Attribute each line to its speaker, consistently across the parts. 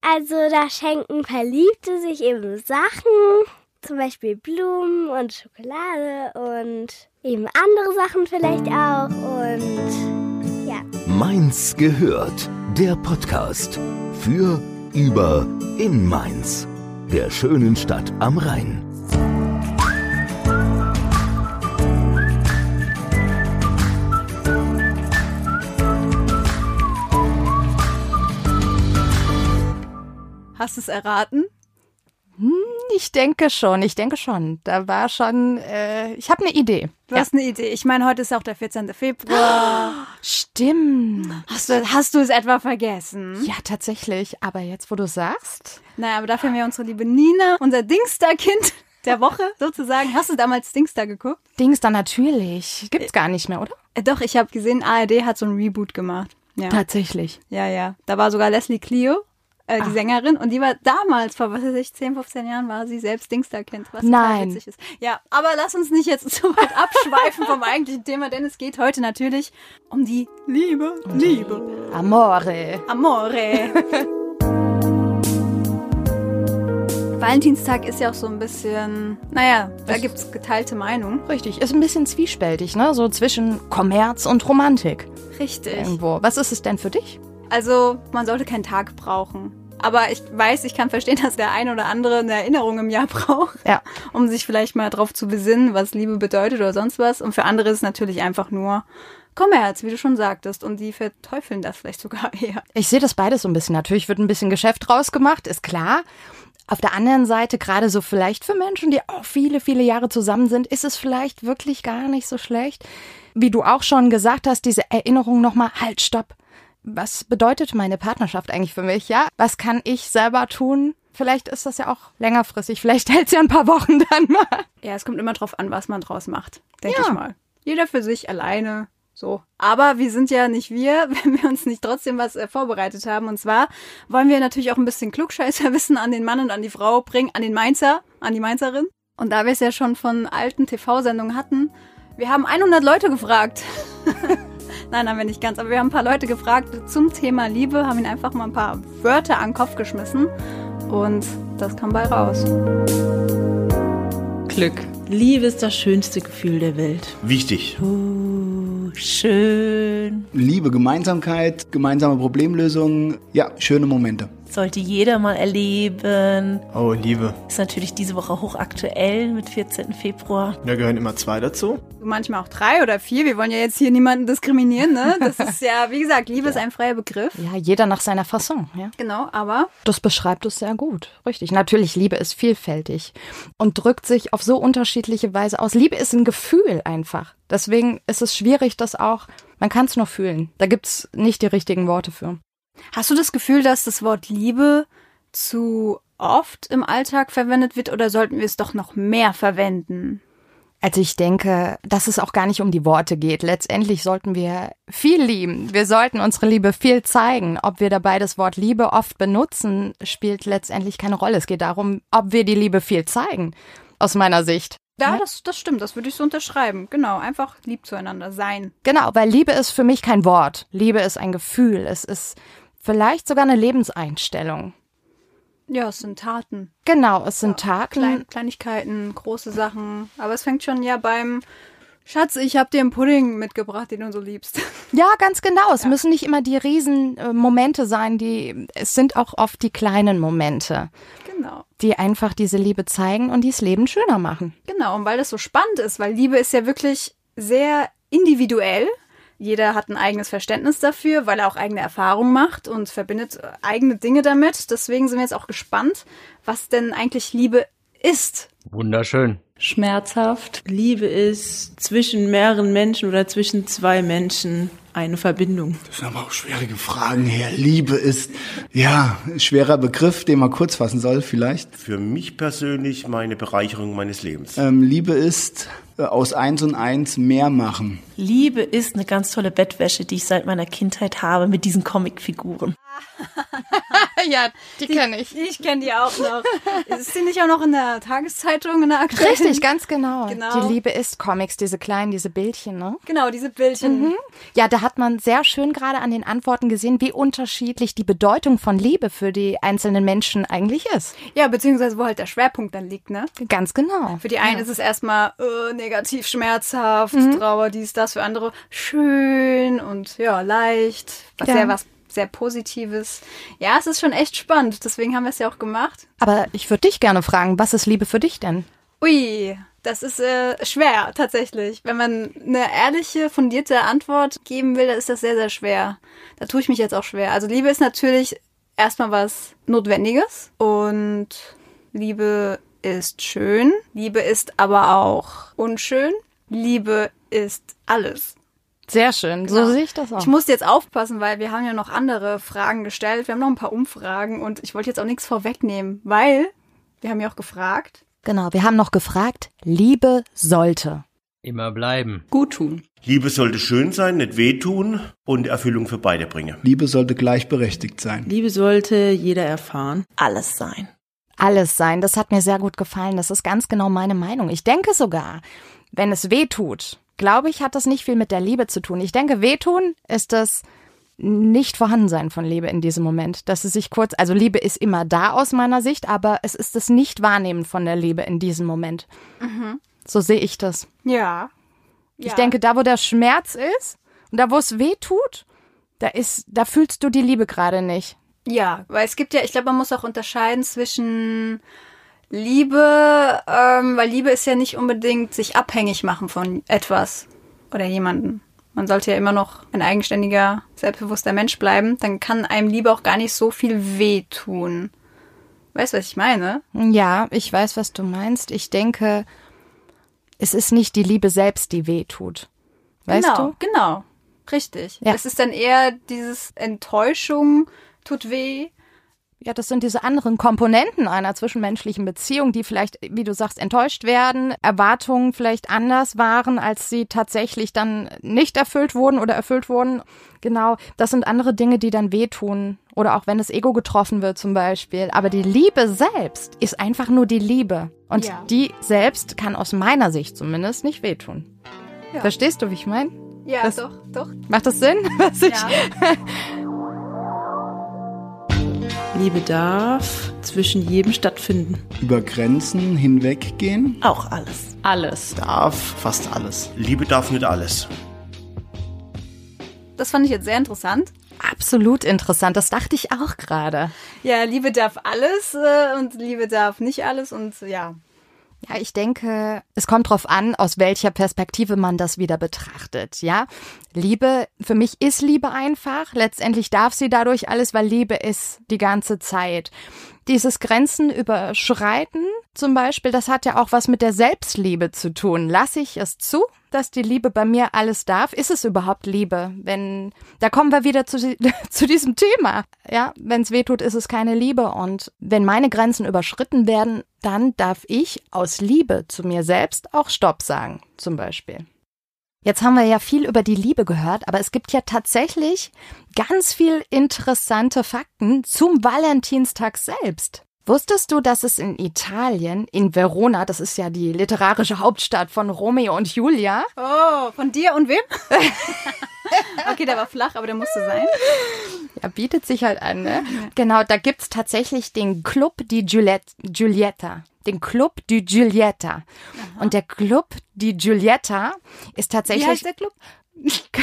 Speaker 1: Also da schenken Verliebte sich eben Sachen, zum Beispiel Blumen und Schokolade und eben andere Sachen vielleicht auch und ja.
Speaker 2: Mainz gehört, der Podcast für, über, in Mainz, der schönen Stadt am Rhein.
Speaker 3: Hast du es erraten?
Speaker 4: Hm, Ich denke schon, ich denke schon. Da war schon, äh, ich habe eine Idee.
Speaker 3: Du hast eine Idee. Ich meine, heute ist auch der 14. Februar.
Speaker 4: Stimmt.
Speaker 3: Hast du, hast du es etwa vergessen?
Speaker 4: Ja, tatsächlich. Aber jetzt, wo du sagst,
Speaker 3: Naja, aber dafür haben wir unsere liebe Nina, unser Dingstar-Kind der Woche sozusagen. Hast du damals Dingstar geguckt?
Speaker 4: Dings da natürlich. Gibt's gar nicht mehr, oder?
Speaker 3: Äh, doch, ich habe gesehen, ARD hat so ein Reboot gemacht. Ja,
Speaker 4: Tatsächlich.
Speaker 3: ja, ja. Da war sogar Leslie Clio. Äh, die Sängerin und die war damals, vor was weiß ich, 10, 15 Jahren war sie selbst Dingstar-Kind, was total
Speaker 4: Nein.
Speaker 3: witzig ist. Ja, aber lass uns nicht jetzt so weit abschweifen vom eigentlichen Thema, denn es geht heute natürlich um die Liebe, Liebe.
Speaker 4: Amore.
Speaker 3: Amore. Valentinstag ist ja auch so ein bisschen, naja, da gibt's geteilte Meinung.
Speaker 4: Richtig, ist ein bisschen zwiespältig, ne? So zwischen Kommerz und Romantik
Speaker 3: Richtig.
Speaker 4: irgendwo. Was ist es denn für dich?
Speaker 3: Ähm, Also, man sollte keinen Tag brauchen. Aber ich weiß, ich kann verstehen, dass der ein oder andere eine Erinnerung im Jahr braucht,
Speaker 4: Ja.
Speaker 3: um sich vielleicht mal drauf zu besinnen, was Liebe bedeutet oder sonst was. Und für andere ist es natürlich einfach nur Kommerz, wie du schon sagtest. Und die verteufeln das vielleicht sogar eher.
Speaker 4: Ich sehe das beides so ein bisschen. Natürlich wird ein bisschen Geschäft rausgemacht, ist klar. Auf der anderen Seite, gerade so vielleicht für Menschen, die auch viele, viele Jahre zusammen sind, ist es vielleicht wirklich gar nicht so schlecht. Wie du auch schon gesagt hast, diese Erinnerung nochmal, halt, stopp. Was bedeutet meine Partnerschaft eigentlich für mich, ja? Was kann ich selber tun? Vielleicht ist das ja auch längerfristig. Vielleicht hält es ja ein paar Wochen dann mal.
Speaker 3: Ja, es kommt immer drauf an, was man draus macht, denke
Speaker 4: Ja.
Speaker 3: ich mal. Jeder für sich alleine. So. Aber wir sind ja nicht wir, wenn wir uns nicht trotzdem was äh, vorbereitet haben. Und zwar wollen wir natürlich auch ein bisschen Klugscheißerwissen an den Mann und an die Frau bringen, an den Mainzer, an die Mainzerin. Und da wir es ja schon von alten TV-Sendungen hatten, wir haben 100 Leute gefragt. Nein, haben wir nicht ganz, aber wir haben ein paar Leute gefragt zum Thema Liebe, haben ihnen einfach mal ein paar Wörter an den Kopf geschmissen. Und das kam bei raus.
Speaker 5: Glück. Liebe ist das schönste Gefühl der Welt.
Speaker 6: Wichtig.
Speaker 5: Schön.
Speaker 7: Liebe, Gemeinsamkeit, gemeinsame Problemlösungen, ja, schöne Momente.
Speaker 5: Sollte jeder mal erleben.
Speaker 6: Oh, Liebe.
Speaker 5: Ist natürlich diese Woche hochaktuell mit 14. Februar.
Speaker 6: Da gehören immer zwei dazu.
Speaker 3: manchmal auch drei oder vier. Wir wollen ja jetzt hier niemanden diskriminieren, ne? Das ist ja, wie gesagt, Liebe ist ein freier Begriff.
Speaker 4: Ja, jeder nach seiner Fasson, ja.
Speaker 3: Genau, aber
Speaker 4: Das beschreibt es sehr gut. Richtig. Natürlich, Liebe ist vielfältig und drückt sich auf so unterschiedliche Weise aus. Liebe ist ein Gefühl einfach. Deswegen ist es schwierig, das auch. Man kann es nur fühlen. Da gibt's nicht die richtigen Worte für.
Speaker 3: hast du das Gefühl, dass das Wort Liebe zu oft im Alltag verwendet wird oder sollten wir es doch noch mehr verwenden?
Speaker 4: Also ich denke, dass es auch gar nicht um die Worte geht. Letztendlich sollten wir viel lieben. Wir sollten unsere Liebe viel zeigen. Ob wir dabei das Wort Liebe oft benutzen, spielt letztendlich keine Rolle. Es geht darum, ob wir die Liebe viel zeigen. Aus meiner Sicht.
Speaker 3: Ja, das, das stimmt, das würde ich so unterschreiben. Genau, einfach lieb zueinander sein.
Speaker 4: Genau, weil Liebe ist für mich kein Wort. Liebe ist ein Gefühl. Es ist vielleicht sogar eine Lebenseinstellung.
Speaker 3: Ja, es sind Taten.
Speaker 4: Genau, es sind Taten.
Speaker 3: Klein, Kleinigkeiten, große Sachen. Aber es fängt schon ja beim Schatz, ich habe dir einen Pudding mitgebracht, den du so liebst.
Speaker 4: Ja, ganz genau. Es müssen nicht immer die riesen äh, Momente sein, die es sind auch oft die kleinen Momente,
Speaker 3: genau.
Speaker 4: die einfach diese Liebe zeigen und die das Leben schöner machen.
Speaker 3: Genau, und weil das so spannend ist, weil Liebe ist ja wirklich sehr individuell. Jeder hat ein eigenes Verständnis dafür, weil er auch eigene Erfahrungen macht und verbindet äh, eigene Dinge damit. Deswegen sind wir jetzt auch gespannt, was denn eigentlich Liebe ist.
Speaker 8: Wunderschön.
Speaker 9: schmerzhaft,
Speaker 5: Liebe ist zwischen mehreren Menschen oder zwischen zwei Menschen eine Verbindung.
Speaker 7: Das sind aber auch schwierige Fragen her. Liebe ist, ja, ein schwerer Begriff, den man kurz fassen soll vielleicht.
Speaker 6: Für mich persönlich meine Bereicherung meines Lebens.
Speaker 7: Ähm, Liebe ist äh, aus eins und eins mehr machen.
Speaker 5: Liebe ist eine ganz tolle Bettwäsche, die ich seit meiner Kindheit habe mit diesen Comicfiguren.
Speaker 4: Ja, die, kenne ich.
Speaker 3: Ich kenne die auch noch. ist die nicht auch noch in der Tageszeitung, in der aktuellen?
Speaker 4: Richtig, ganz genau.
Speaker 3: Genau.
Speaker 4: Die Liebe ist Comics, diese kleinen, diese Bildchen, ne?
Speaker 3: Genau, diese Bildchen.
Speaker 4: Ja, da hat man sehr schön gerade an den Antworten gesehen, wie unterschiedlich die Bedeutung von Liebe für die einzelnen Menschen eigentlich ist.
Speaker 3: Ja, beziehungsweise wo halt der Schwerpunkt dann liegt, ne?
Speaker 4: Ganz genau.
Speaker 3: Für die einen ist es erstmal äh, negativ, schmerzhaft, Trauer, dies, das. Für andere schön und ja, leicht. Was
Speaker 4: Ja.
Speaker 3: sehr was sehr Positives. Ja, es ist schon echt spannend. Deswegen haben wir es ja auch gemacht.
Speaker 4: Aber ich würde dich gerne fragen, was ist Liebe für dich denn?
Speaker 3: Ui, das ist äh, schwer tatsächlich. Wenn man eine ehrliche, fundierte Antwort geben will, dann ist das sehr, sehr schwer. Da tue ich mich jetzt auch schwer. Also Liebe ist natürlich erstmal was Notwendiges und Liebe ist schön. Liebe ist aber auch unschön. Liebe ist alles.
Speaker 4: Sehr schön, so sehe ich das auch.
Speaker 3: Ich muss jetzt aufpassen, weil wir haben ja noch andere Fragen gestellt. Wir haben noch ein paar Umfragen und ich wollte jetzt auch nichts vorwegnehmen, weil wir haben ja auch gefragt.
Speaker 4: genau, wir haben noch gefragt, Liebe sollte.
Speaker 8: Immer bleiben.
Speaker 9: Gut tun.
Speaker 6: Liebe sollte schön sein, nicht wehtun und Erfüllung für beide bringen.
Speaker 7: Liebe sollte gleichberechtigt sein.
Speaker 5: Liebe sollte jeder erfahren.
Speaker 9: Alles sein.
Speaker 4: Alles sein, das hat mir sehr gut gefallen. Das ist ganz genau meine Meinung. Ich denke sogar, wenn es weh tut, glaube ich, hat das nicht viel mit der Liebe zu tun. Ich denke, wehtun ist das nicht Vorhandensein von Liebe in diesem Moment. Dass es sich kurz, also Liebe ist immer da aus meiner Sicht, aber es ist das Nicht-Wahrnehmen von der Liebe in diesem Moment. So sehe ich das.
Speaker 3: Ja.
Speaker 4: Ich denke, da wo der Schmerz ist und da wo es weh tut, da ist, da fühlst du die Liebe gerade nicht.
Speaker 3: Ja, weil es gibt ja, ich glaube, man muss auch unterscheiden zwischen Liebe, ähm, weil Liebe ist ja nicht unbedingt sich abhängig machen von etwas oder jemanden. Man sollte ja immer noch ein eigenständiger, selbstbewusster Mensch bleiben. Dann kann einem Liebe auch gar nicht so viel wehtun. Weißt du, was ich meine?
Speaker 4: Ja, ich weiß, was du meinst. Ich denke, es ist nicht die Liebe selbst, die weh tut. Weißt
Speaker 3: genau,
Speaker 4: du?
Speaker 3: genau. Richtig.
Speaker 4: Ja.
Speaker 3: Es ist dann eher dieses Enttäuschung tut weh.
Speaker 4: Ja, das sind diese anderen Komponenten einer zwischenmenschlichen Beziehung, die vielleicht, wie du sagst, enttäuscht werden, Erwartungen vielleicht anders waren, als sie tatsächlich dann nicht erfüllt wurden oder erfüllt wurden. Genau, das sind andere Dinge, die dann wehtun. Oder auch wenn das Ego getroffen wird zum Beispiel. Aber die Liebe selbst ist einfach nur die Liebe. Und
Speaker 3: Ja.
Speaker 4: die selbst kann aus meiner Sicht zumindest nicht wehtun.
Speaker 3: Ja.
Speaker 4: Verstehst du, wie ich meine?
Speaker 3: Ja,
Speaker 4: Das-
Speaker 3: doch, doch.
Speaker 4: Macht das Sinn, was ich
Speaker 3: Ja.
Speaker 5: Liebe darf zwischen jedem stattfinden.
Speaker 7: Über Grenzen hinweggehen
Speaker 9: Auch alles.
Speaker 8: Alles.
Speaker 10: Darf fast alles.
Speaker 6: Liebe darf nicht alles.
Speaker 3: Das fand ich jetzt sehr interessant.
Speaker 4: absolut interessant. Das dachte ich auch gerade.
Speaker 3: Ja, Liebe darf alles äh, und Liebe darf nicht alles und äh, ja.
Speaker 4: Ja, ich denke, es kommt drauf an, aus welcher Perspektive man das wieder betrachtet, ja? Liebe, für mich ist Liebe einfach. Letztendlich darf sie dadurch alles, weil Liebe ist die ganze Zeit. Dieses Grenzen überschreiten zum Beispiel, das hat ja auch was mit der Selbstliebe zu tun. Lasse ich es zu, dass die Liebe bei mir alles darf? Ist es überhaupt Liebe? Wenn, da kommen wir wieder zu, zu diesem Thema. Ja, wenn es weh tut, ist es keine Liebe. Und wenn meine Grenzen überschritten werden, dann darf ich aus Liebe zu mir selbst auch Stopp sagen, zum Beispiel. Jetzt haben wir ja viel über die Liebe gehört, aber es gibt ja tatsächlich ganz viel interessante Fakten zum Valentinstag selbst. Wusstest du, dass es in Italien, in Verona, das ist ja die literarische Hauptstadt von Romeo und Julia,
Speaker 3: Oh, von dir und wem? okay, der war flach, aber der musste sein.
Speaker 4: ja, bietet sich halt an, ne? Genau, da gibt's tatsächlich den Club di Giuliet- Giulietta. Den Club di Giulietta. Und der Club di Giulietta ist tatsächlich.
Speaker 3: heißt der Club?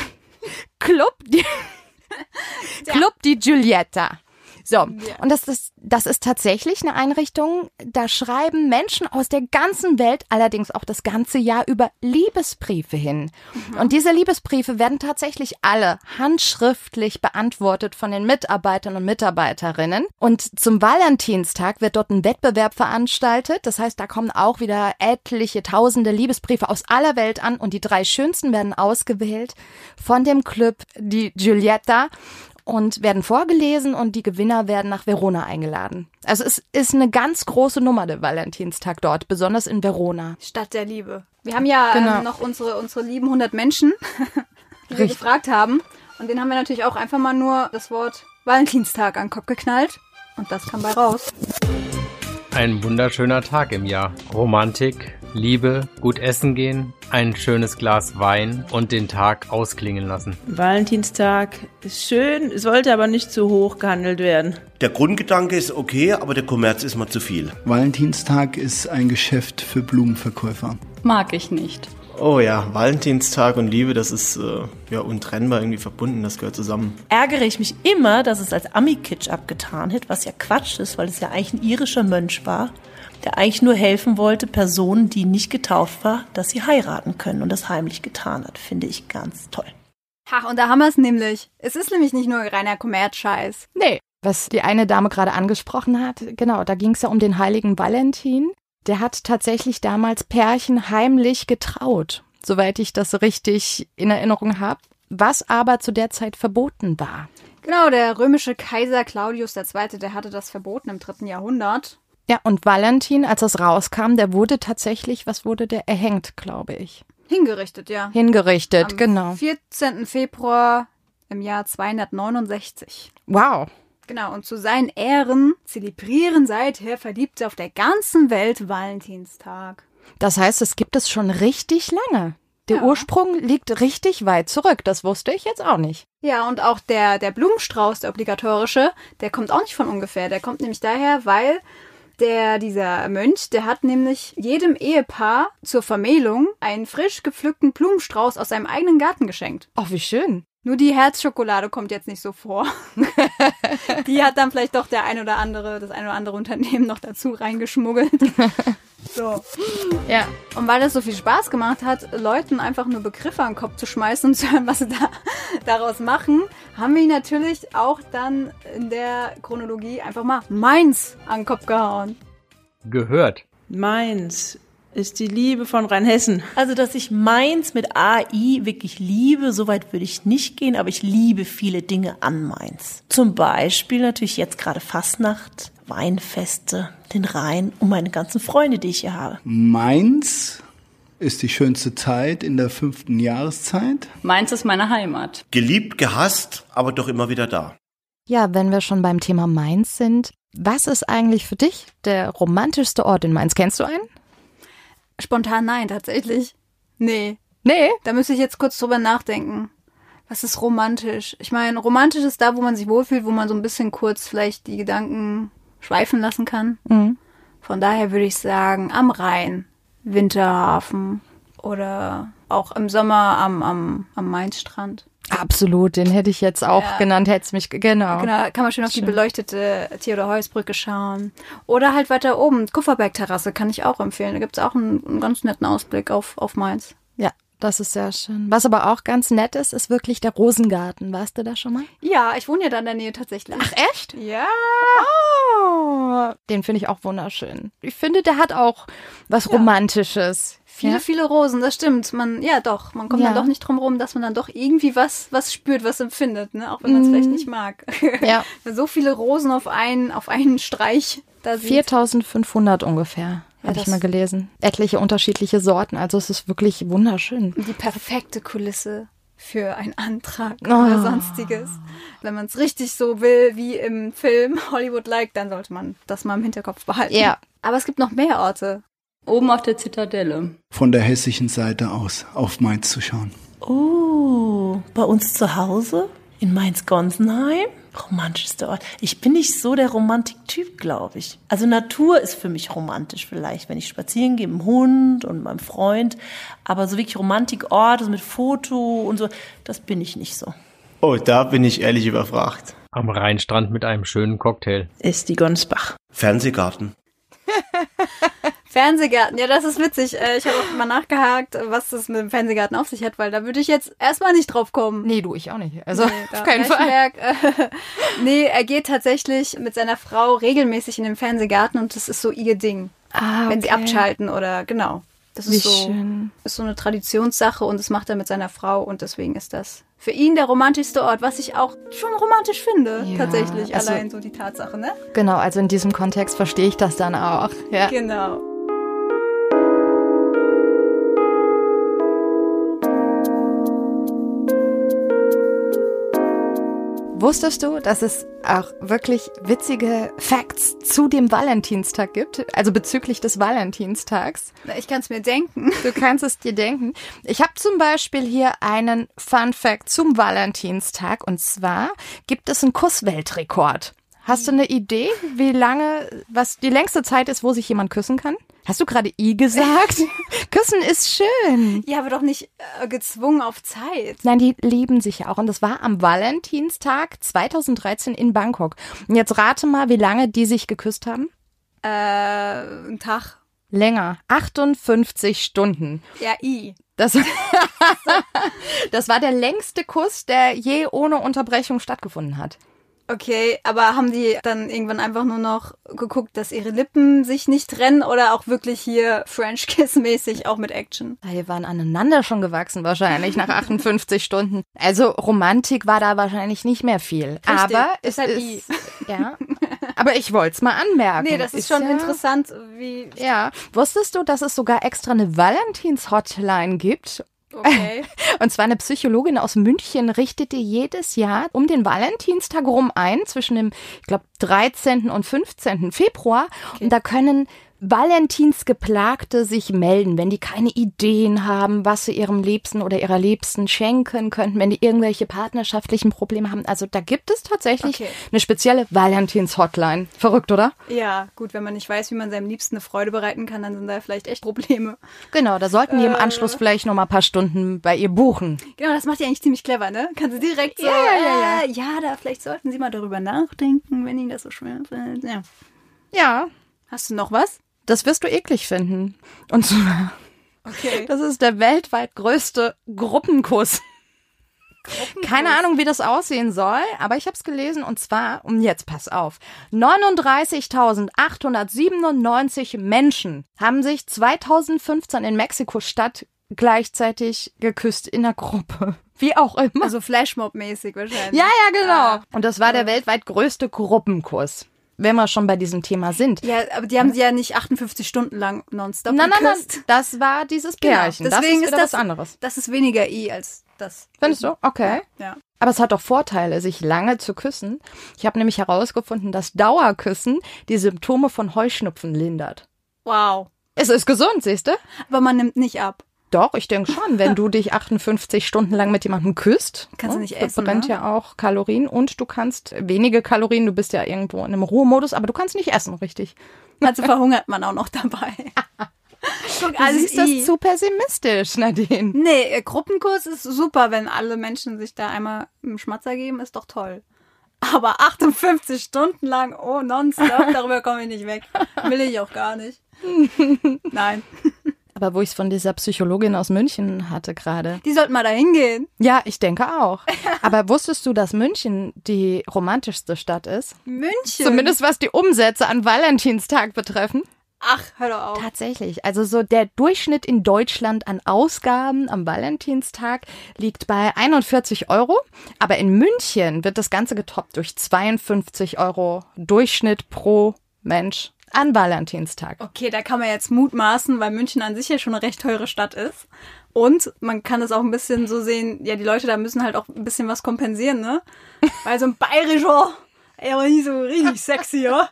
Speaker 4: Club di Club di Giulietta. So, und das ist, das ist tatsächlich eine Einrichtung, da schreiben Menschen aus der ganzen Welt allerdings auch das ganze Jahr über Liebesbriefe hin. Und diese Liebesbriefe werden tatsächlich alle handschriftlich beantwortet von den Mitarbeitern und Mitarbeiterinnen. Und zum Valentinstag wird dort ein Wettbewerb veranstaltet. Das heißt, da kommen auch wieder etliche tausende Liebesbriefe aus aller Welt an und die drei schönsten werden ausgewählt von dem Club, die Giulietta und werden vorgelesen und die Gewinner werden nach Verona eingeladen. Also es ist eine ganz große Nummer der Valentinstag dort, besonders in Verona.
Speaker 3: Stadt der Liebe. Wir haben ja
Speaker 4: Genau.
Speaker 3: ähm, noch unsere, unsere lieben 100 Menschen, die wir
Speaker 4: Richtig.
Speaker 3: gefragt haben. Und denen haben wir natürlich auch einfach mal nur das Wort Valentinstag an den Kopf geknallt. Und das kam bei raus.
Speaker 8: Ein wunderschöner Tag im Jahr. Romantik, Liebe, gut essen gehen, ein schönes Glas Wein und den Tag ausklingen lassen.
Speaker 5: Valentinstag ist schön, sollte aber nicht zu hoch gehandelt werden.
Speaker 6: Der Grundgedanke ist okay, aber der Kommerz ist mal zu viel.
Speaker 7: Valentinstag ist ein Geschäft für Blumenverkäufer.
Speaker 9: Mag ich nicht.
Speaker 10: Oh ja, Valentinstag und Liebe, das ist äh, ja untrennbar irgendwie verbunden, das gehört zusammen.
Speaker 11: Ärgere ich mich immer, dass es als Ami-Kitsch abgetan wird, was ja Quatsch ist, weil es ja eigentlich ein irischer Mönch war, der eigentlich nur helfen wollte, Personen, die nicht getauft war, dass sie heiraten können und das heimlich getan hat. Finde ich ganz toll.
Speaker 3: Ha, und da haben wir es nämlich. Es ist nämlich nicht nur reiner Kommerzscheiß.
Speaker 4: Nee. Was die eine Dame gerade angesprochen hat, genau, da ging es ja um den heiligen Valentin. Der hat tatsächlich damals Pärchen heimlich getraut, soweit ich das richtig in Erinnerung habe, was aber zu der Zeit verboten war.
Speaker 3: Genau, der römische Kaiser Claudius II., der hatte das verboten im dritten Jahrhundert.
Speaker 4: Ja, und Valentin, als das rauskam, der wurde tatsächlich, was wurde der erhängt, glaube ich.
Speaker 3: Hingerichtet, ja.
Speaker 4: Hingerichtet,
Speaker 3: Am
Speaker 4: genau.
Speaker 3: 14. Februar im Jahr 269.
Speaker 4: Wow.
Speaker 3: Genau, und zu seinen Ehren zelebrieren seither Verliebte auf der ganzen Welt Valentinstag.
Speaker 4: Das heißt, es gibt es schon richtig lange. Der Ursprung liegt richtig weit zurück. Das wusste ich jetzt auch nicht.
Speaker 3: Ja, und auch der, der Blumenstrauß, der obligatorische, der kommt auch nicht von ungefähr. Der kommt nämlich daher, weil der, dieser Mönch, der hat nämlich jedem Ehepaar zur Vermählung einen frisch gepflückten Blumenstrauß aus seinem eigenen Garten geschenkt.
Speaker 4: Oh, wie schön.
Speaker 3: Nur die Herzschokolade kommt jetzt nicht so vor. die hat dann vielleicht doch der ein oder andere, das ein oder andere Unternehmen noch dazu reingeschmuggelt. So.
Speaker 4: Ja.
Speaker 3: Und weil das so viel Spaß gemacht hat, Leuten einfach nur Begriffe an den Kopf zu schmeißen und zu hören, was sie da, daraus machen, haben wir ihn natürlich auch dann in der Chronologie einfach mal Mainz an den Kopf gehauen.
Speaker 8: Gehört.
Speaker 5: Meins ist die Liebe von Rheinhessen.
Speaker 11: Also, dass ich Mainz mit AI wirklich liebe, soweit würde ich nicht gehen, aber ich liebe viele Dinge an Mainz. Zum Beispiel natürlich jetzt gerade Fastnacht, Weinfeste, den Rhein und meine ganzen Freunde, die ich hier habe.
Speaker 7: Mainz ist die schönste Zeit in der fünften Jahreszeit.
Speaker 9: Mainz ist meine Heimat.
Speaker 6: Geliebt, gehasst, aber doch immer wieder da.
Speaker 4: Ja, wenn wir schon beim Thema Mainz sind, was ist eigentlich für dich der romantischste Ort in Mainz? Kennst du einen?
Speaker 3: Spontan nein, tatsächlich. Nee,
Speaker 4: Nee.
Speaker 3: da müsste ich jetzt kurz drüber nachdenken. Was ist romantisch? Ich meine, romantisch ist da, wo man sich wohlfühlt, wo man so ein bisschen kurz vielleicht die Gedanken schweifen lassen kann.
Speaker 4: Mhm.
Speaker 3: Von daher würde ich sagen, am Rhein, Winterhafen oder auch im Sommer am, am, am Mainzstrand.
Speaker 4: Absolut, den hätte ich jetzt auch genannt, hätte es mich, ge- genau.
Speaker 3: Genau, da kann man schön auf die beleuchtete Theodor-Heuss-Brücke schauen. Oder halt weiter oben, Kupferberg-Terrasse kann ich auch empfehlen. Da gibt's auch einen, einen ganz netten Ausblick auf, auf Mainz.
Speaker 4: Ja, das ist sehr schön. Was aber auch ganz nett ist, ist wirklich der Rosengarten. Warst du da schon mal?
Speaker 3: Ja, ich wohne ja da in der Nähe tatsächlich. Ach,
Speaker 4: Echt?
Speaker 3: ja.
Speaker 4: Oh, den finde ich auch wunderschön. Ich finde, der hat auch was Romantisches.
Speaker 3: Viele,
Speaker 4: Ja.
Speaker 3: viele Rosen, das stimmt. Man, ja, doch. Man kommt
Speaker 4: Ja.
Speaker 3: dann doch nicht drum rum, dass man dann doch irgendwie was, was spürt, was empfindet, ne? Auch wenn man es vielleicht nicht mag.
Speaker 4: Ja.
Speaker 3: so viele Rosen auf einen, auf einen Streich. Da sieht-
Speaker 4: 4500 ungefähr, habe ich
Speaker 3: das-
Speaker 4: mal gelesen. Etliche unterschiedliche Sorten, also es ist wirklich wunderschön.
Speaker 3: die perfekte Kulisse für einen Antrag
Speaker 4: Oh.
Speaker 3: oder sonstiges. Wenn man es richtig so will, wie im Film Hollywood-like, dann sollte man das mal im Hinterkopf behalten.
Speaker 4: Ja.
Speaker 3: Aber es gibt noch mehr Orte.
Speaker 9: Oben auf der Zitadelle.
Speaker 7: Von der hessischen Seite aus auf Mainz zu schauen.
Speaker 11: Oh, bei uns zu Hause in Mainz-Gonsenheim. Romantischster Ort. Ich bin nicht so der Romantiktyp, glaube ich. Also Natur ist für mich romantisch vielleicht, wenn ich spazieren gehe mit dem Hund und meinem Freund. Aber so wirklich Romantikort also mit Foto und so, das bin ich nicht so.
Speaker 10: Oh, da bin ich ehrlich überfragt.
Speaker 8: Am Rheinstrand mit einem schönen Cocktail.
Speaker 5: Ist die Gonsbach.
Speaker 6: Fernsehgarten.
Speaker 3: Fernsehgarten, ja, das ist witzig. Äh, Ich habe auch mal nachgehakt, was das mit dem Fernsehgarten auf sich hat, weil da würde ich jetzt erstmal nicht drauf kommen.
Speaker 4: Nee, du, ich auch nicht. Also
Speaker 3: da
Speaker 4: auf keinen Fall.
Speaker 3: Reichenberg, Äh, nee, er geht tatsächlich mit seiner Frau regelmäßig in den Fernsehgarten und das ist so ihr Ding.
Speaker 4: Ah,
Speaker 3: Wenn sie abschalten oder genau. Das
Speaker 4: Wie
Speaker 3: ist so,
Speaker 4: schön.
Speaker 3: ist so eine Traditionssache und das macht er mit seiner Frau und deswegen ist das für ihn der romantischste Ort, was ich auch schon romantisch finde,
Speaker 4: Ja,
Speaker 3: tatsächlich.
Speaker 4: also-
Speaker 3: Allein so die Tatsache, ne?
Speaker 4: Genau, also in diesem Kontext verstehe ich das dann auch. Ja.
Speaker 3: Genau.
Speaker 4: Wusstest du, dass es auch wirklich witzige Facts zu dem Valentinstag gibt? Also bezüglich des Valentinstags.
Speaker 3: Ich kann es mir denken.
Speaker 4: Du kannst es dir denken. Ich habe zum Beispiel hier einen Fun Fact zum Valentinstag. Und zwar gibt es einen Kussweltrekord. Hast du eine Idee, wie lange, was die längste Zeit ist, wo sich jemand küssen kann? Hast du gerade I gesagt? Küssen ist schön.
Speaker 3: Ja, aber doch nicht äh, gezwungen auf Zeit.
Speaker 4: Nein, die lieben sich ja auch. Und das war am Valentinstag 2013 in Bangkok. Und jetzt rate mal, wie lange die sich geküsst haben.
Speaker 3: Äh, ein Tag.
Speaker 4: Länger. 58 Stunden.
Speaker 3: Ja, I.
Speaker 4: Das, das war der längste Kuss, der je ohne Unterbrechung stattgefunden hat.
Speaker 3: Okay, aber haben die dann irgendwann einfach nur noch geguckt, dass ihre Lippen sich nicht trennen oder auch wirklich hier French Kiss mäßig auch mit Action?
Speaker 4: Die waren aneinander schon gewachsen wahrscheinlich nach 58 Stunden. Also Romantik war da wahrscheinlich nicht mehr viel.
Speaker 3: Richtig, halt
Speaker 4: aber es
Speaker 3: deshalb I.
Speaker 4: ist ja. Aber ich wollte es mal anmerken.
Speaker 3: Nee, das ist, schon
Speaker 4: ja-
Speaker 3: interessant, wie.
Speaker 4: Ja, wusstest du, dass es sogar extra eine Valentins-Hotline gibt?
Speaker 3: Okay.
Speaker 4: Und zwar eine Psychologin aus München richtete jedes Jahr um den Valentinstag rum ein, zwischen dem, ich glaube, 13. und 15. Februar. Und da können Valentinsgeplagte sich melden, wenn die keine Ideen haben, was sie ihrem Liebsten oder ihrer Liebsten schenken könnten, wenn die irgendwelche partnerschaftlichen Probleme haben. Also da gibt es tatsächlich
Speaker 3: Okay.
Speaker 4: eine spezielle Valentins-Hotline. Verrückt, oder?
Speaker 3: Ja, gut, wenn man nicht weiß, wie man seinem Liebsten eine Freude bereiten kann, dann sind da vielleicht echt Probleme.
Speaker 4: Genau, da sollten wir im
Speaker 3: Äh.
Speaker 4: Anschluss vielleicht noch mal ein paar Stunden bei ihr buchen.
Speaker 3: Genau, das macht ihr eigentlich ziemlich clever, ne? Kannst du direkt so.
Speaker 4: Ja, ja, ja, ja.
Speaker 3: äh, ja, da vielleicht sollten Sie mal darüber nachdenken, wenn Ihnen das so schwer fällt. Ja.
Speaker 4: Ja,
Speaker 3: Hast du noch was?
Speaker 4: das wirst du eklig finden. Und zwar,
Speaker 3: Okay.
Speaker 4: das ist der weltweit größte Gruppenkuss. Keine Ahnung, wie das aussehen soll, aber ich habe es gelesen und zwar, und jetzt pass auf, 39.897 Menschen haben sich 2015 in Mexiko-Stadt gleichzeitig geküsst in der Gruppe. Wie auch immer.
Speaker 3: Also Flashmob-mäßig wahrscheinlich.
Speaker 4: Ja, ja, genau. Und das war der weltweit größte Gruppenkurs. Wenn wir schon bei diesem Thema sind.
Speaker 3: Ja, aber die haben sie ja nicht 58 Stunden lang nonstop
Speaker 4: Nein, nein, nein,
Speaker 3: geküsst.
Speaker 4: das war dieses Pärchen.
Speaker 3: Genau, Deswegen
Speaker 4: das ist, wieder
Speaker 3: das
Speaker 4: was anderes.
Speaker 3: Das ist weniger I als das.
Speaker 4: Findest du? Okay.
Speaker 3: Ja.
Speaker 4: Aber es hat doch Vorteile, sich lange zu küssen. Ich habe nämlich herausgefunden, dass Dauerküssen die Symptome von Heuschnupfen lindert.
Speaker 3: Wow.
Speaker 4: Es ist gesund, siehst du?
Speaker 3: Aber man nimmt nicht ab.
Speaker 4: Doch, ich denke schon, wenn du dich 58 Stunden lang mit jemandem küsst,
Speaker 3: Kannst du
Speaker 4: ne,
Speaker 3: nicht essen,
Speaker 4: verbrennt
Speaker 3: ne?
Speaker 4: ja auch Kalorien und du kannst wenige Kalorien, du bist ja irgendwo in einem Ruhemodus, aber du kannst nicht essen, richtig?
Speaker 3: Also verhungert man auch noch dabei. Guck,
Speaker 4: Du
Speaker 3: alles
Speaker 4: siehst
Speaker 3: I.
Speaker 4: das zu pessimistisch, Nadine.
Speaker 3: Nee, äh, Gruppenkurs ist super, wenn alle Menschen sich da einmal einen Schmatzer geben, ist doch toll. Aber 58 Stunden lang, oh, nonstop, darüber komme ich nicht weg. Will ich auch gar nicht. Nein.
Speaker 4: Aber wo ich es von dieser Psychologin aus München hatte gerade.
Speaker 3: Die sollten mal da hingehen.
Speaker 4: Ja, ich denke auch. Aber wusstest du, dass München die romantischste Stadt ist?
Speaker 3: München.
Speaker 4: Zumindest was die Umsätze an Valentinstag betreffen.
Speaker 3: Ach, hör doch auf.
Speaker 4: Tatsächlich. Also so der Durchschnitt in Deutschland an Ausgaben am Valentinstag liegt bei 41 Euro. Aber in München wird das Ganze getoppt durch 52 Euro Durchschnitt pro Mensch an Valentinstag.
Speaker 3: Okay, da kann man jetzt mutmaßen, weil München an sich ja schon eine recht teure Stadt ist. Und man kann es auch ein bisschen so sehen, ja, die Leute da müssen halt auch ein bisschen was kompensieren, ne? Weil so ein bayerischer, ey, aber nicht so richtig sexy, ja?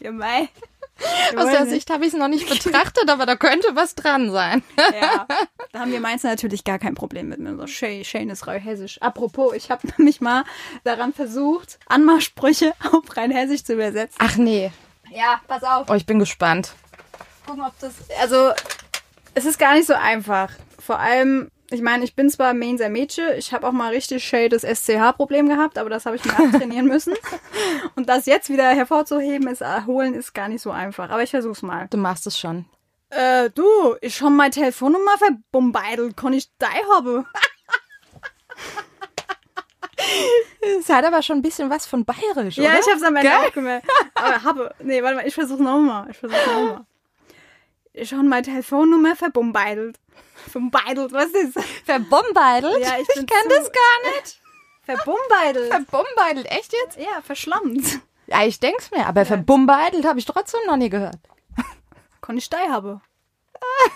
Speaker 3: Ja, mei.
Speaker 4: Aus der
Speaker 3: Jawohl,
Speaker 4: Sicht habe ich es noch nicht betrachtet, aber da könnte was dran sein.
Speaker 3: Ja. Da haben wir Mainzer natürlich gar kein Problem mit, mit unser schön- schönes Rheinhessisch. Apropos, ich habe nämlich mal daran versucht, Anmachsprüche auf Rheinhessisch zu übersetzen.
Speaker 4: Ach nee.
Speaker 3: Ja, pass auf.
Speaker 4: Oh, ich bin gespannt.
Speaker 3: gucken, ob das. Also, es ist gar nicht so einfach. Vor allem, ich meine, ich bin zwar Mainzer Mädchen, ich habe auch mal richtig schädes SCH-Problem gehabt, aber das habe ich mir abtrainieren müssen. Und das jetzt wieder hervorzuheben, ist erholen, ist gar nicht so einfach. Aber ich versuch's mal.
Speaker 4: Du machst es schon.
Speaker 3: Äh, du, ich habe meine Telefonnummer verbombeidelt, kann ich die haben?
Speaker 4: Es hat aber schon ein bisschen was von bayerisch,
Speaker 3: Ja,
Speaker 4: oder?
Speaker 3: ich hab's am Ende
Speaker 4: Gell?
Speaker 3: auch gemerkt. Aber habe. Nee, warte mal, ich versuch's nochmal. Ich versuch's nochmal. Ich habe meine Telefonnummer verbombeidelt. Verbeidelt, was ist das?
Speaker 4: Verbombeidelt?
Speaker 3: Ja, ich bin
Speaker 4: kann
Speaker 3: zu-
Speaker 4: das gar nicht.
Speaker 3: Verbumbeidelt.
Speaker 4: Verbombeidelt, echt jetzt?
Speaker 3: ja, verschlammt.
Speaker 4: Ja, ich denk's mir, aber verbombeidelt habe ich trotzdem noch nie gehört.
Speaker 3: Konnte ich steil habe.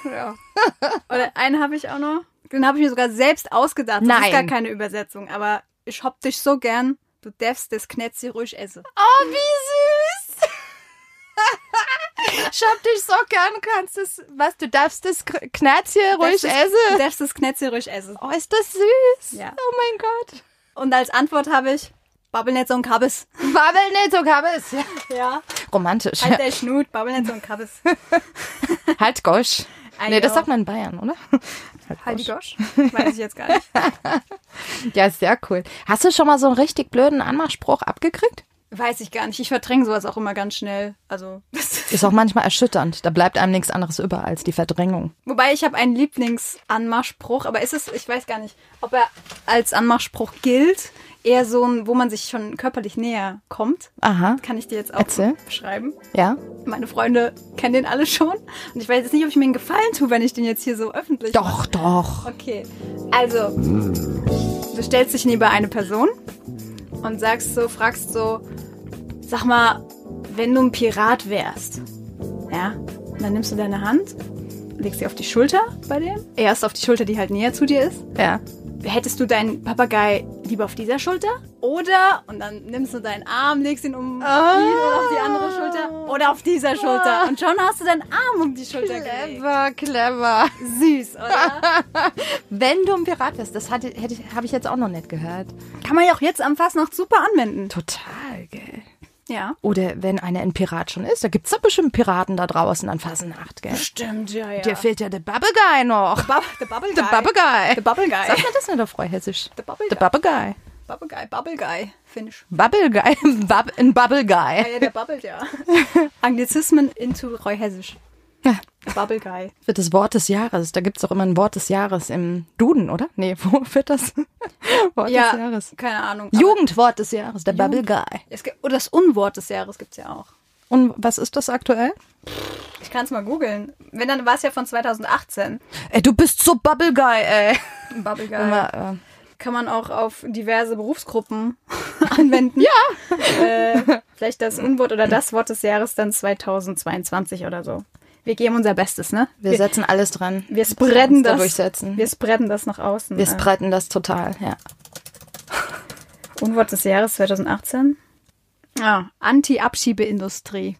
Speaker 3: ja. Oder einen habe ich auch noch. Den habe ich mir sogar selbst ausgedacht. Das
Speaker 4: Nein.
Speaker 3: ist gar keine Übersetzung, aber ich hab dich so gern Du darfst das Knätzchen ruhig essen.
Speaker 4: Oh, wie süß! Schau dich so gern, kannst es, was, du darfst das Kr- Knätzchen ruhig
Speaker 3: Darfst das-
Speaker 4: essen?
Speaker 3: Du darfst das Knätzchen ruhig essen.
Speaker 4: Oh, ist das süß!
Speaker 3: Ja.
Speaker 4: Oh mein Gott!
Speaker 3: Und als Antwort habe ich, babbel nicht so ein Kabbes.
Speaker 4: Babbel nicht so Kabbes! Ja.
Speaker 3: Ja.
Speaker 4: Romantisch.
Speaker 3: Halt der Schnut, babbel nicht so ein Kabbes.
Speaker 4: Halt Gosch.
Speaker 3: Ah,
Speaker 4: Nee, das
Speaker 3: ja.
Speaker 4: sagt man in Bayern, oder?
Speaker 3: Halt die Gosch. Weiß ich jetzt gar nicht.
Speaker 4: Ja, sehr cool. Hast du schon mal so einen richtig blöden Anmachspruch abgekriegt?
Speaker 3: Weiß ich gar nicht. Ich verdränge sowas auch immer ganz schnell. Also,
Speaker 4: Ist auch manchmal erschütternd. Da bleibt einem nichts anderes über als die Verdrängung.
Speaker 3: wobei ich habe einen Lieblingsanmachspruch, aber ist es, ich weiß gar nicht, ob er als Anmachspruch gilt. Eher so ein, wo man sich schon körperlich näher kommt.
Speaker 4: Aha.
Speaker 3: Kann ich dir jetzt auch
Speaker 4: Erzähl.
Speaker 3: beschreiben.
Speaker 4: Ja?
Speaker 3: Meine Freunde kennen den alle schon. Und ich weiß jetzt nicht, ob ich mir einen Gefallen tue, wenn ich den jetzt hier so öffentlich
Speaker 4: Doch, doch.
Speaker 3: Okay, also du stellst dich neben eine Person und sagst so, fragst so, sag mal, wenn du ein Pirat wärst, ja, und dann nimmst du deine Hand, legst sie auf die Schulter bei dem, erst auf die Schulter, die halt näher zu dir ist.
Speaker 4: Ja.
Speaker 3: Hättest du deinen Papagei lieber auf dieser Schulter oder und dann nimmst du deinen Arm, legst ihn um ihn
Speaker 4: Ah.
Speaker 3: oder auf die andere Schulter oder auf dieser Schulter und schon hast du deinen Arm um die Schulter gelegt.
Speaker 4: Clever, clever.
Speaker 3: Süß, oder?
Speaker 4: Wenn du ein Pirat wärst, das hatte, hätte, ich- habe ich jetzt auch noch nicht gehört.
Speaker 3: Kann man ja auch jetzt am Fass noch super anwenden.
Speaker 4: Total, gell.
Speaker 3: Ja.
Speaker 4: Oder wenn einer ein Pirat schon ist, da gibt's doch bestimmt Piraten da draußen an Fasenacht, gell?
Speaker 3: Stimmt, ja, ja.
Speaker 4: Dir fehlt ja der Babbeguy noch.
Speaker 3: Bub the Bubble Guy.
Speaker 4: Der Babbeguy.
Speaker 3: The Bubble Guy.
Speaker 4: Sagt man das nicht auf Freuhessisch?
Speaker 3: The Bubble Guy.
Speaker 4: Der Babbeguy.
Speaker 3: Bubble Guy, Bubble Guy, finde ich.
Speaker 4: Bubbleguy. Bub, ein
Speaker 3: Ja,
Speaker 4: Bubbleguy.
Speaker 3: ja, der bubbelt ja. Anglizismen into Reuhessisch.
Speaker 4: Ja.
Speaker 3: The Bubble Guy.
Speaker 4: Wird das Wort des Jahres. Da gibt's doch immer ein Wort des Jahres im Duden, oder? Nee, wo wird das? Wort
Speaker 3: ja,
Speaker 4: des Jahres.
Speaker 3: keine Ahnung. aber
Speaker 4: Jugendwort des Jahres, der Bubbleguy.
Speaker 3: Es gibt, oder das Unwort des Jahres gibt es ja auch.
Speaker 4: Und was ist das aktuell?
Speaker 3: Ich kann es mal googeln. Wenn, dann war es ja von 2018.
Speaker 4: Ey, du bist so Bubbleguy, ey.
Speaker 3: Bubble Guy.
Speaker 4: Immer, äh,
Speaker 3: Kann man auch auf diverse Berufsgruppen anwenden. ja. Äh, vielleicht das Unwort oder das Wort des Jahres dann 2022 oder so. Wir geben unser Bestes, ne?
Speaker 4: wir setzen alles dran.
Speaker 3: Wir
Speaker 4: dass
Speaker 3: spreaden
Speaker 4: uns da
Speaker 3: das.
Speaker 4: durchsetzen.
Speaker 3: Wir spreaden das nach außen.
Speaker 4: Wir
Speaker 3: Äh,
Speaker 4: spreiten das total, ja.
Speaker 3: Äh, Unwort des Jahres 2018. Ah, Anti-Abschiebeindustrie.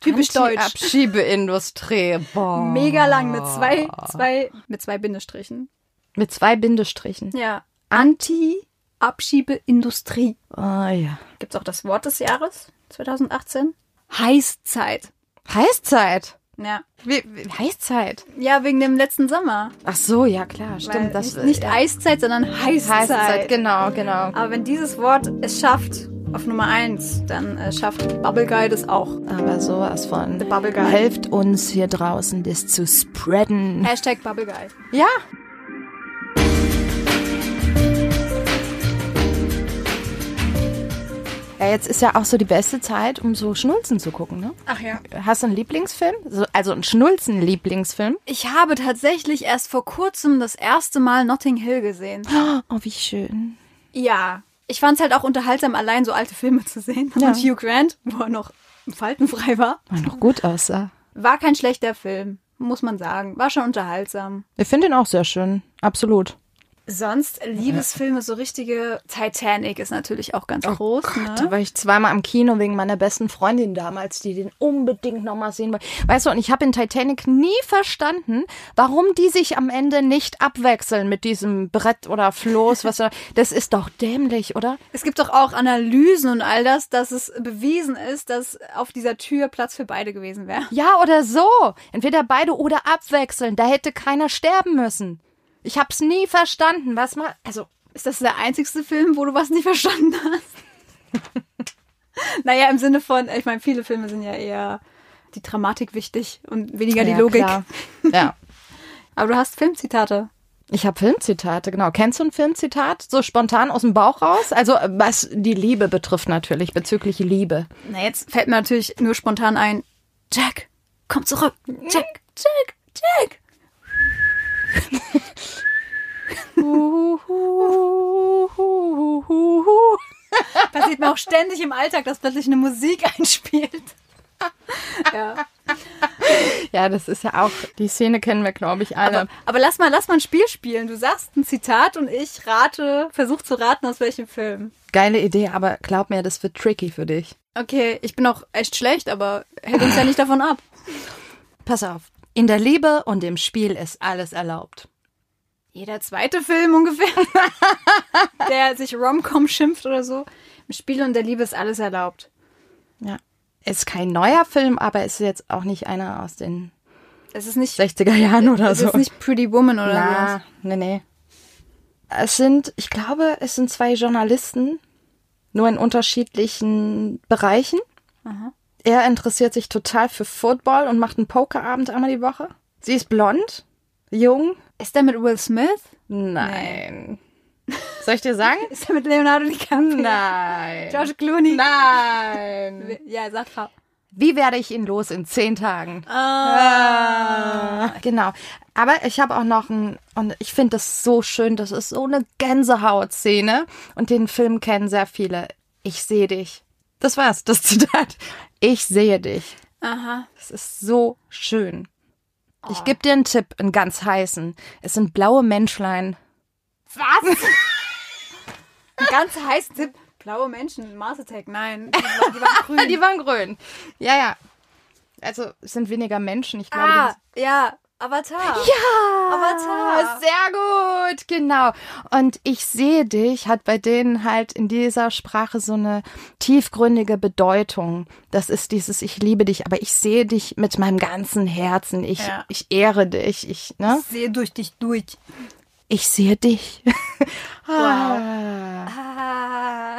Speaker 3: Typisch deutsch.
Speaker 4: Abschiebeindustrie. Boah.
Speaker 3: Mega lang mit zwei, zwei, mit zwei Bindestrichen.
Speaker 4: Mit zwei Bindestrichen.
Speaker 3: Ja. Anti-Abschiebeindustrie.
Speaker 4: Ah ja.
Speaker 3: Gibt es auch das Wort des Jahres 2018? Heißzeit.
Speaker 4: Heißzeit.
Speaker 3: Ja.
Speaker 4: Wie, wie, Heißzeit.
Speaker 3: Ja, wegen dem letzten Sommer.
Speaker 4: Ach so, ja klar,
Speaker 3: Weil
Speaker 4: stimmt. Das
Speaker 3: nicht, nicht
Speaker 4: ja.
Speaker 3: Eiszeit, sondern Heißzeit.
Speaker 4: Heißzeit, genau, genau.
Speaker 3: Aber wenn dieses Wort es schafft auf Nummer eins, dann äh, schafft Bubble Guy das auch.
Speaker 4: Aber sowas
Speaker 3: The
Speaker 4: von.
Speaker 3: Bubble Guy.
Speaker 4: Helft uns hier draußen, das zu spreaden.
Speaker 3: Hashtag Bubble Guy.
Speaker 4: Ja. Ja, jetzt ist ja auch so die beste Zeit, um so Schnulzen zu gucken, ne?
Speaker 3: Ach ja.
Speaker 4: Hast du einen Lieblingsfilm? So- Also einen Schnulzen-Lieblingsfilm?
Speaker 3: Ich habe tatsächlich erst vor kurzem das erste Mal Notting Hill gesehen.
Speaker 4: Oh, wie schön.
Speaker 3: Ja. Ich fand es halt auch unterhaltsam, allein so alte Filme zu sehen.
Speaker 4: Ja.
Speaker 3: Und Hugh Grant, wo er noch faltenfrei war,
Speaker 4: War noch gut aussah.
Speaker 3: war kein schlechter Film, muss man sagen. War schon unterhaltsam.
Speaker 4: Ich finde ihn auch sehr schön. Absolut.
Speaker 3: Sonst Liebesfilme, so richtige Titanic ist natürlich auch ganz groß.
Speaker 4: Da
Speaker 3: ne?
Speaker 4: war ich zweimal im Kino wegen meiner besten Freundin damals, die den unbedingt nochmal sehen wollte. Weißt du, und ich habe in Titanic nie verstanden, warum die sich am Ende nicht abwechseln mit diesem Brett oder Floß. Was, da- das ist doch dämlich, oder?
Speaker 3: Es gibt doch auch Analysen und all das, dass es bewiesen ist, dass auf dieser Tür Platz für beide gewesen wäre.
Speaker 4: Ja, oder so. Entweder beide oder abwechseln. Da hätte keiner sterben müssen. Ich hab's nie verstanden. Was mal. Also,
Speaker 3: Ist das der einzigste Film, wo du was nicht verstanden hast? naja, im Sinne von, ich meine, viele Filme sind ja eher die Dramatik wichtig und weniger die Logik.
Speaker 4: klar. Ja.
Speaker 3: Aber du hast Filmzitate.
Speaker 4: Ich habe Filmzitate, genau. Kennst du ein Filmzitat? So spontan aus dem Bauch raus? Also, was die Liebe betrifft natürlich, bezüglich Liebe.
Speaker 3: Na, jetzt fällt mir natürlich nur spontan ein, Jack, komm zurück. Jack, Jack, Jack. Passiert mir auch ständig im Alltag, dass plötzlich eine Musik einspielt. ja.
Speaker 4: Ja, das ist ja auch, die Szene kennen wir, glaube ich, alle.
Speaker 3: Aber, aber lass mal, lass mal ein Spiel spielen. Du sagst ein Zitat und ich rate, versuch zu raten, aus welchem Film.
Speaker 4: Geile Idee, aber glaub mir, das wird tricky für dich.
Speaker 3: Okay, ich bin auch echt schlecht, aber hält uns ja nicht davon ab.
Speaker 4: Pass auf. In der Liebe und im Spiel ist alles erlaubt.
Speaker 3: Jeder zweite Film ungefähr, der sich Romcom schimpft oder so. Im Spiel und der Liebe ist alles erlaubt.
Speaker 4: Ja. Ist kein neuer Film, aber ist jetzt auch nicht einer aus den
Speaker 3: Es ist nicht,
Speaker 4: 60er Jahren oder
Speaker 3: es
Speaker 4: so.
Speaker 3: ist nicht Pretty Woman oder
Speaker 4: Na,
Speaker 3: sowas.
Speaker 4: nee, nee. Es sind, ich glaube, es sind zwei Journalisten, nur in unterschiedlichen Bereichen.
Speaker 3: Aha.
Speaker 4: Er interessiert sich total für Football und macht einen Pokerabend einmal die Woche. Sie ist blond, jung.
Speaker 3: Ist der mit Will Smith?
Speaker 4: Nein. Soll ich dir sagen?
Speaker 3: Ist der mit Leonardo DiCaprio?
Speaker 4: Nein.
Speaker 3: George Clooney?
Speaker 4: Nein.
Speaker 3: Ja, sag mal.
Speaker 4: Wie werde ich ihn los in zehn Tagen? Ah, Genau. Aber ich habe auch noch ein, und ich finde das so schön, das ist so eine Gänsehautszene. Und den Film kennen sehr viele. Ich sehe dich. Das war's, das Zitat. Ich sehe dich.
Speaker 3: Aha.
Speaker 4: Das ist so schön. Ich gebe dir einen Tipp, einen ganz heißen. Es sind blaue Menschlein.
Speaker 3: Was? Ein ganz heißer Tipp. Blaue Menschen, Mars Attack, nein. Die waren, die waren grün.
Speaker 4: Die waren grün. Ja, ja. Also es sind weniger Menschen. Ich glaube, die
Speaker 3: ah, ja, Avatar.
Speaker 4: Ja!
Speaker 3: Avatar.
Speaker 4: Ah, Sehr gut, genau. Und ich sehe dich hat bei denen halt in dieser Sprache so eine tiefgründige Bedeutung. Das ist dieses Ich liebe dich, aber ich sehe dich mit meinem ganzen Herzen. Ich,
Speaker 3: Ja.
Speaker 4: ich ehre dich. Ich, ne?
Speaker 3: Ich sehe durch dich durch.
Speaker 4: ich sehe dich.
Speaker 3: Ah.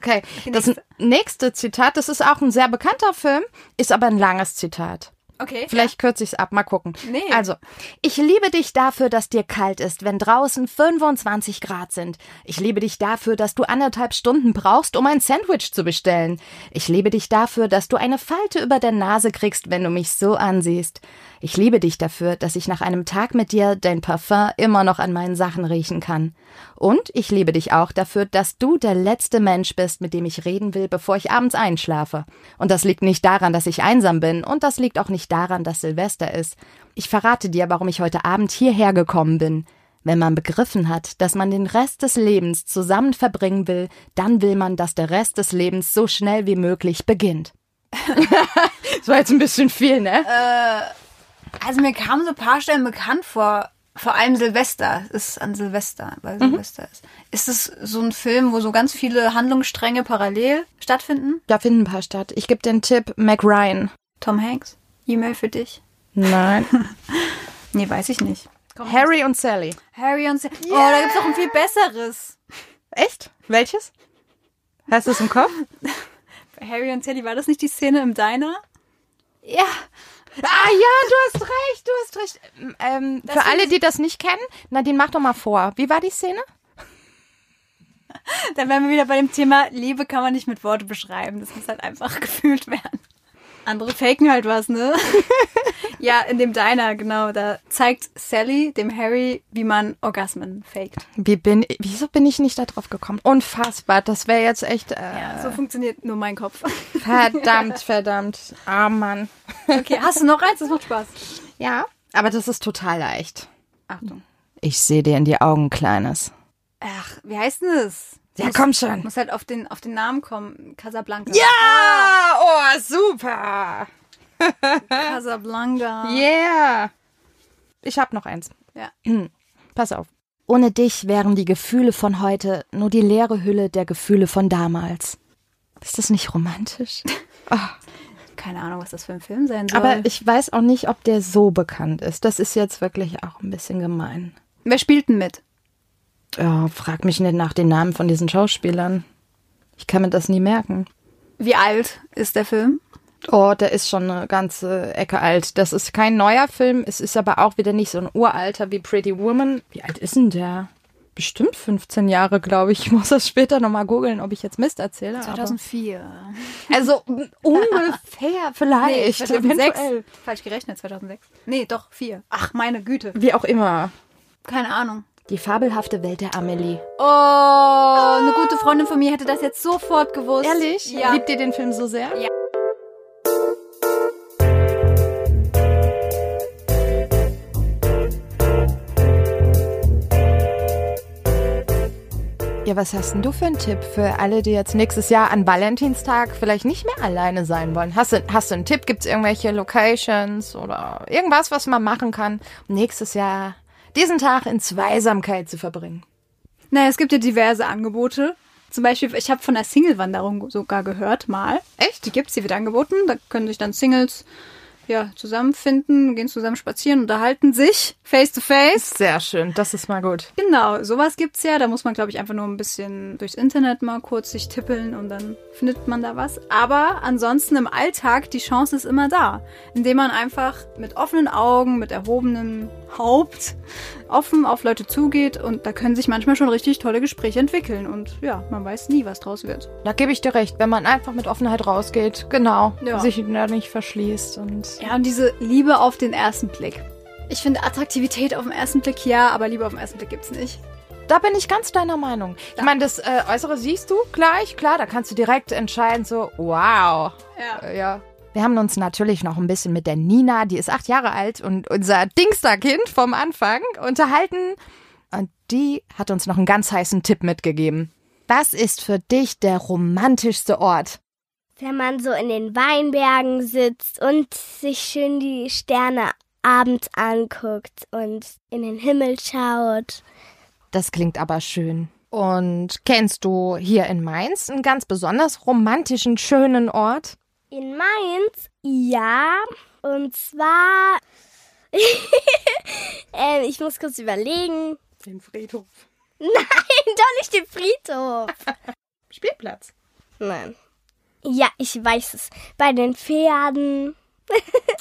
Speaker 4: Okay, das nächste Zitat, das ist auch ein sehr bekannter Film, ist aber ein langes Zitat.
Speaker 3: Okay.
Speaker 4: Vielleicht kürze ich es ab, mal gucken.
Speaker 3: Nee.
Speaker 4: Also, ich liebe dich dafür, dass dir kalt ist, wenn draußen 25 Grad sind. Ich liebe dich dafür, dass du anderthalb Stunden brauchst, um ein Sandwich zu bestellen. Ich liebe dich dafür, dass du eine Falte über der Nase kriegst, wenn du mich so ansiehst. Ich liebe dich dafür, dass ich nach einem Tag mit dir dein Parfum immer noch an meinen Sachen riechen kann. Und ich liebe dich auch dafür, dass du der letzte Mensch bist, mit dem ich reden will, bevor ich abends einschlafe. Und das liegt nicht daran, dass ich einsam bin, und das liegt auch nicht daran, dass Silvester ist. Ich verrate dir, warum ich heute Abend hierher gekommen bin. Wenn man begriffen hat, dass man den Rest des Lebens zusammen verbringen will, dann will man, dass der Rest des Lebens so schnell wie möglich beginnt. das war jetzt ein bisschen viel, ne?
Speaker 3: Also mir kamen so ein paar Stellen bekannt vor. Vor allem Silvester. Es ist an Silvester, weil Silvester ist. Ist es so ein Film, wo so ganz viele Handlungsstränge parallel stattfinden?
Speaker 4: Da finden ein paar statt. Ich gebe den Tipp, Mac Ryan.
Speaker 3: Tom Hanks? E-Mail für dich?
Speaker 4: Nein.
Speaker 3: Nee, weiß ich nicht.
Speaker 4: Harry und Sally.
Speaker 3: Harry und Sa Oh, da gibt's doch ein viel besseres.
Speaker 4: Echt? Welches? Hast du es im Kopf?
Speaker 3: Harry und Sally, war das nicht die Szene im Diner?
Speaker 4: Ja. Ah ja, du hast recht, du hast recht. Ähm, für alle, die das nicht kennen, Nadine, mach doch mal vor. Wie war die Szene?
Speaker 3: Dann wären wir wieder bei dem Thema, Liebe kann man nicht mit Worte beschreiben. Das muss halt einfach gefühlt werden. Andere faken halt was, ne? ja, in dem Diner, genau. Da zeigt Sally dem Harry, wie man Orgasmen faked.
Speaker 4: Wie bin, wieso bin ich nicht darauf gekommen? Unfassbar, das wäre jetzt echt. Äh,
Speaker 3: Ja, so funktioniert nur mein Kopf.
Speaker 4: Verdammt, verdammt. Ah, Mann.
Speaker 3: Okay, hast du noch eins? Das macht Spaß.
Speaker 4: Ja, aber das ist total leicht.
Speaker 3: Achtung.
Speaker 4: Ich sehe dir in die Augen, Kleines.
Speaker 3: Ach, wie heißt denn das?
Speaker 4: Ja, komm schon.
Speaker 3: Muss halt auf den, auf den Namen kommen. Casablanca.
Speaker 4: Ja! Oh,
Speaker 3: Ah,
Speaker 4: super!
Speaker 3: Casablanca.
Speaker 4: Yeah! Ich hab noch eins.
Speaker 3: Ja.
Speaker 4: Pass auf. Ohne dich wären die Gefühle von heute nur die leere Hülle der Gefühle von damals. Ist das nicht romantisch?
Speaker 3: Keine Ahnung, was das für ein Film sein soll.
Speaker 4: Aber ich weiß auch nicht, ob der so bekannt ist. Das ist jetzt wirklich auch ein bisschen gemein.
Speaker 3: Wer spielt denn mit?
Speaker 4: Ja, frag mich nicht nach den Namen von diesen Schauspielern. Ich kann mir das nie merken.
Speaker 3: Wie alt ist der Film?
Speaker 4: Oh, der ist schon eine ganze Ecke alt. Das ist kein neuer Film. Es ist aber auch wieder nicht so ein uralter wie Pretty Woman. Wie alt ist denn der? Bestimmt 15 Jahre, glaube ich. Ich muss das später nochmal googeln, ob ich jetzt Mist erzähle. Aber
Speaker 3: 2004.
Speaker 4: also m- ungefähr
Speaker 3: Ah,
Speaker 4: vielleicht.
Speaker 3: Nee, 2006.
Speaker 4: eventuell.
Speaker 3: Falsch gerechnet, 2006. Nee, doch, 4. Ach, meine Güte.
Speaker 4: Wie auch immer.
Speaker 3: Keine Ahnung.
Speaker 4: Die fabelhafte Welt der Amelie.
Speaker 3: Oh, eine gute Freundin von mir hätte das jetzt sofort gewusst.
Speaker 4: Ehrlich?
Speaker 3: Ja.
Speaker 4: Liebt ihr den Film so sehr?
Speaker 3: Ja.
Speaker 4: Ja, was hast denn du für einen Tipp für alle, die jetzt nächstes Jahr an Valentinstag vielleicht nicht mehr alleine sein wollen? Hast du, hast du einen Tipp? Gibt es irgendwelche Locations oder irgendwas, was man machen kann, um nächstes Jahr diesen Tag in Zweisamkeit zu verbringen?
Speaker 3: Naja, es gibt ja diverse Angebote. Zum Beispiel, ich habe von der Single-Wanderung sogar gehört, mal. Echt? Die gibt's, die wird angeboten. Da können sich dann Singles ja, zusammenfinden, gehen zusammen spazieren, unterhalten sich face to face.
Speaker 4: Sehr schön, das ist mal gut.
Speaker 3: Genau, sowas gibt's ja. Da muss man, glaube ich, einfach nur ein bisschen durchs Internet mal kurz sich tippeln und dann findet man da was. Aber ansonsten im Alltag, die Chance ist immer da, indem man einfach mit offenen Augen, mit erhobenem Haupt offen auf Leute zugeht und da können sich manchmal schon richtig tolle Gespräche entwickeln und ja, man weiß nie, was draus wird.
Speaker 4: Da gebe ich dir recht, wenn man einfach mit Offenheit rausgeht, genau,
Speaker 3: Ja.
Speaker 4: sich da nicht verschließt und
Speaker 3: Ja, und diese Liebe auf den ersten Blick. Ich finde Attraktivität auf den ersten Blick ja, aber Liebe auf den ersten Blick gibt's nicht.
Speaker 4: Da bin ich ganz deiner Meinung. Ich meine, das äh, Äußere siehst du gleich, klar, da kannst du direkt entscheiden, so, wow.
Speaker 3: Ja.
Speaker 4: Äh, ja. Wir haben uns natürlich noch ein bisschen mit der Nina, die ist acht Jahre alt und unser Dingsterkind vom Anfang, unterhalten. Und die hat uns noch einen ganz heißen Tipp mitgegeben. Was ist für dich der romantischste Ort?
Speaker 1: Wenn man so in den Weinbergen sitzt und sich schön die Sterne abends anguckt und in den Himmel schaut.
Speaker 4: Das klingt aber schön. Und kennst du hier in Mainz einen ganz besonders romantischen, schönen Ort?
Speaker 1: In Mainz? Ja. Und zwar. ähm, ich muss kurz überlegen.
Speaker 3: Den Friedhof.
Speaker 1: Nein, doch nicht den Friedhof.
Speaker 4: Spielplatz.
Speaker 1: Nein. Ja, ich weiß es. Bei den Pferden.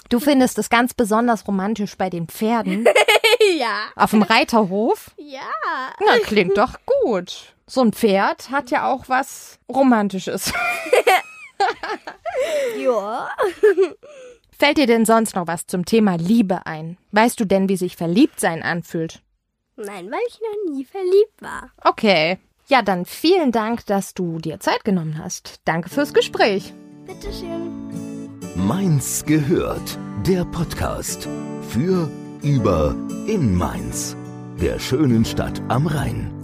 Speaker 4: Du findest es ganz besonders romantisch bei den Pferden.
Speaker 1: ja.
Speaker 4: Auf dem Reiterhof?
Speaker 1: Ja.
Speaker 4: Na, klingt doch gut. So ein Pferd hat ja auch was Romantisches.
Speaker 1: Ja.
Speaker 4: Fällt dir denn sonst noch was zum Thema Liebe ein? Weißt du denn, wie sich Verliebtsein anfühlt?
Speaker 1: Nein, weil ich noch nie verliebt war.
Speaker 4: Okay. Ja, dann vielen Dank, dass du dir Zeit genommen hast. Danke fürs Gespräch.
Speaker 1: Bitteschön.
Speaker 2: Mainz gehört, der Podcast für, über, in Mainz, der schönen Stadt am Rhein.